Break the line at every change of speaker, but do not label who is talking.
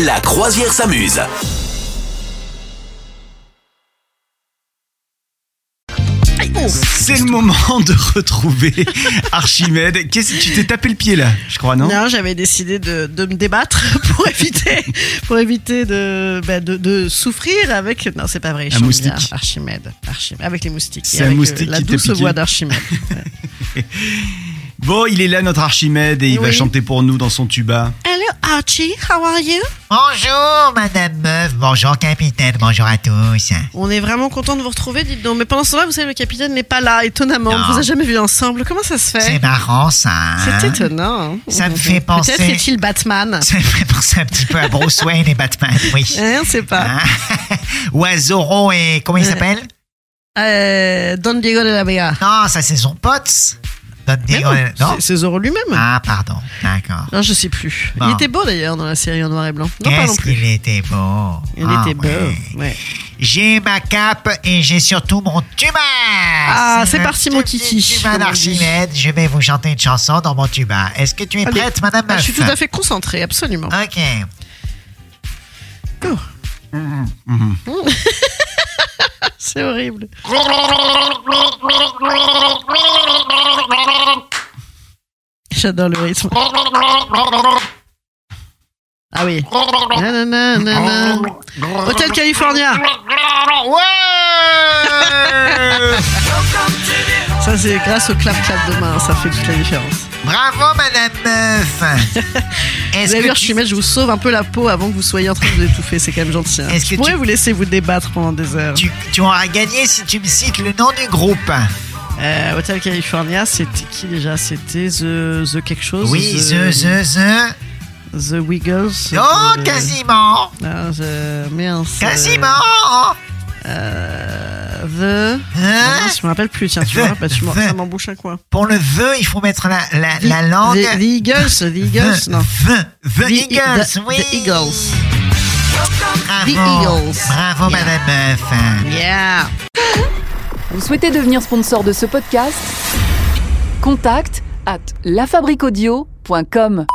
La croisière s'amuse.
C'est le moment de retrouver Archimède. Qu'est-ce que tu t'es tapé le pied là, je crois, non,
Non, j'avais décidé de, de me débattre pour éviter, pour éviter de, bah, de, de souffrir avec. Non, c'est pas vrai. je suis
moustique.
bien, Archimède, Archimède. Avec les moustiques.
C'est
et
un
avec, euh,
moustique
La
qui t'a
douce
piqué.
voix d'Archimède. Ouais.
Bon, il est là notre Archimède et il va
Oui.
chanter pour nous dans son tuba.
Hello Archie, how are you?
Bonjour, Madame Meuf. Bonjour, capitaine. Bonjour à tous.
On est vraiment content de vous retrouver, dites donc. Mais pendant ce temps-là, vous savez, le capitaine n'est pas là, étonnamment. On
Non.
ne vous a jamais vu ensemble. Comment ça se
C'est
fait?
marrant, ça. hein
C'est étonnant. hein.
Ça me fait penser-
Peut-être est-il Batman.
Ça me fait penser un petit peu à Bruce Wayne et Batman, oui.
Hein, on sait pas.
Hein Ou à Zorro et. Comment il
Ouais.
s'appelle
Euh, Don Diego de la Vega.
Non, ça, c'est son pote. Don
Mais
Diego-
non,
non
c'est- C'est Zoro lui-même.
Ah, pardon. D'accord.
Non, je sais plus.
Bon.
Il était beau d'ailleurs dans la série en noir et blanc. Non, pas non
Qu'est-ce
plus.
qu'il était beau.
Il
Ah,
était beau.
ouais.
ouais.
J'ai ma cape et j'ai surtout mon tuba.
Ah, c'est
le
parti, mon
petit
kiki, comme
Tuba
on dit.
d'Archimède. Je vais vous chanter une chanson dans mon tuba. Est-ce que tu es
Allez.
prête, Madame
Ah,
Meuf
je suis tout à fait concentrée, absolument.
Ok.
Oh. C'est horrible. J'adore le rythme. Ah oui. Nanana, nanana. Hôtel California.
Ouais
Ça, c'est grâce au clap-clap de main, ça fait toute la différence.
Bravo, Madame Meuf.
Vous
Est-ce
avez vu,
que tu-
Archimède, je vous sauve un peu la peau avant que vous soyez en train de vous étouffer, c'est quand même gentil. hein.
Est-ce
Je
que
pourrais
tu-
vous laisser vous débattre pendant des heures.
tu, tu auras gagné si tu me cites le nom du groupe.
Euh, Hotel California, c'était qui déjà C'était the, the quelque chose
Oui,
The,
The, The, The.
The Wiggles
Oh,
the-
quasiment.
Ah, the- mince,
Quasiment.
euh, The... Ah
Hein
non, je me rappelle plus, tiens, tu vois, bah, tu m'en-
The-
ça m'embouche un coin.
Pour le vœu, il faut mettre la, la, la
The-
langue.
The, the Eagles The Eagles
The-
Non.
The, the
The- E-
Eagles,
the-
oui.
the Eagles.
Bravo.
The Eagles.
Bravo,
Yeah.
Madame Meuf.
Yeah
Vous souhaitez devenir sponsor de ce podcast Contact à lafabriquaudio.com.